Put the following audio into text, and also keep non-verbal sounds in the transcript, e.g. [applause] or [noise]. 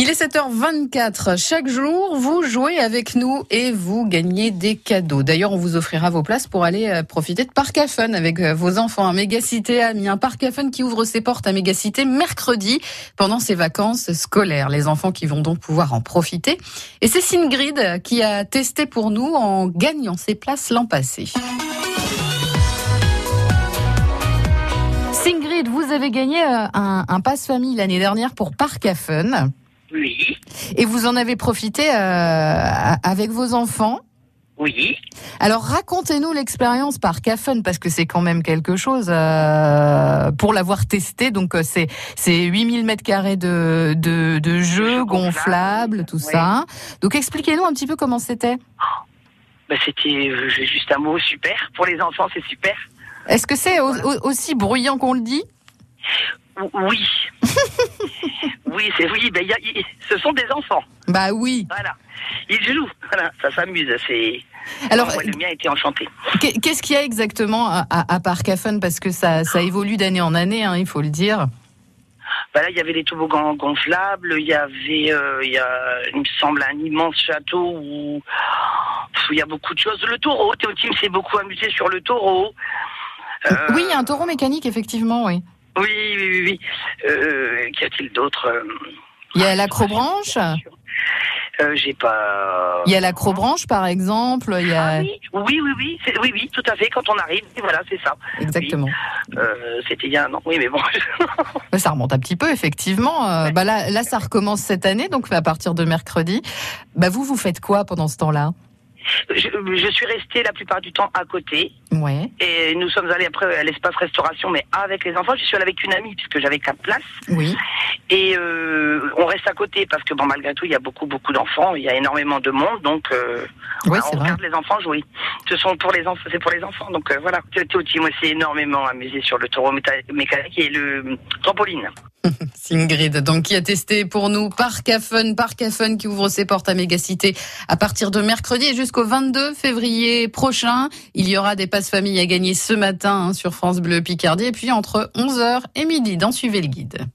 Il est 7h24. Chaque jour, vous jouez avec nous et vous gagnez des cadeaux. D'ailleurs, on vous offrira vos places pour aller euh, profiter de Parc à Fun avec euh, vos enfants à Mégacité Amiens. Parc à Fun qui ouvre ses portes à Mégacité mercredi pendant ses vacances scolaires. Les enfants qui vont donc pouvoir en profiter. Et c'est Singrid qui a testé pour nous en gagnant ses places l'an passé. Singrid, vous avez gagné euh, un, un passe famille l'année dernière pour Parc à Fun. Oui, Et vous en avez profité euh, a- avec vos enfants. oui. Alors racontez-nous l'expérience par Fun parce que c'est quand même quelque chose euh, pour l'avoir testé. Donc euh, c'est c'est 8000 mètres carrés de, de, de jeux Jeux gonflables, gonflables, tout ouais. ça. Donc expliquez-nous un petit peu comment c'était. Bah, c'était euh, j'ai juste un mot super. Pour les enfants, c'est super. Est-ce que c'est au- au- aussi bruyant qu'on le dit O- [laughs] Oui. oui, c'est oui. bah, il y a- il- ce sont des enfants. Bah oui. Voilà. Ils jouent. Voilà, ça s'amuse. C'est. Alors Moi, le mien était enchanté. qu'est- qu'est-ce qu'il y a exactement à, à, à Parc à Fun parce que ça ça évolue d'année en année, hein, il faut le dire. Bah, là, il y avait des toboggans gonflables. Il y avait, euh, il y a, il me semble, un immense château où pff, il y a beaucoup de choses. Le taureau. Théo Tim s'est beaucoup amusé sur le taureau. Euh, Oui, il y a un taureau mécanique effectivement, oui. Oui, oui, oui. oui. Euh, Qu'y a-t-il d'autre Euh, Il y a l'acrobranche. Euh, j'ai pas. euh, Il y a euh, l'acrobranche, par exemple. Il y a... Ah oui, oui, oui, oui, c'est- oui, oui, tout à fait. Quand on arrive, et voilà, c'est ça. Exactement. Euh, C'était il y a un an. Oui, mais bon. [laughs] Ça remonte un petit peu, effectivement. Euh, bah là, là, ça recommence cette année, donc à partir de mercredi. Bah vous, vous faites quoi pendant ce temps-là je, je suis restée la plupart du temps à côté. Ouais, Et nous sommes allés après à l'espace restauration, mais avec les enfants. Je suis allée avec une amie, puisque j'avais quatre places. oui. Et euh, on reste à côté, parce que bon, malgré tout, il y a beaucoup, beaucoup d'enfants. Il y a énormément de monde, donc euh, Oui, bah, on c'est vrai. regarde les enfants jouer. Ce sont pour les enfants, c'est pour les enfants. Donc euh, voilà. Théo Tim s'est énormément amusé sur le taureau méta- mécanique et le euh, trampoline. Singrid, donc qui a testé pour nous Parc à Fun, Parc à Fun qui ouvre ses portes à Mégacité à partir de mercredi et jusqu'au 22 février prochain. Il y aura des passes famille à gagner ce matin hein, sur France Bleu Picardie et puis entre 11h et midi dans Suivez le Guide.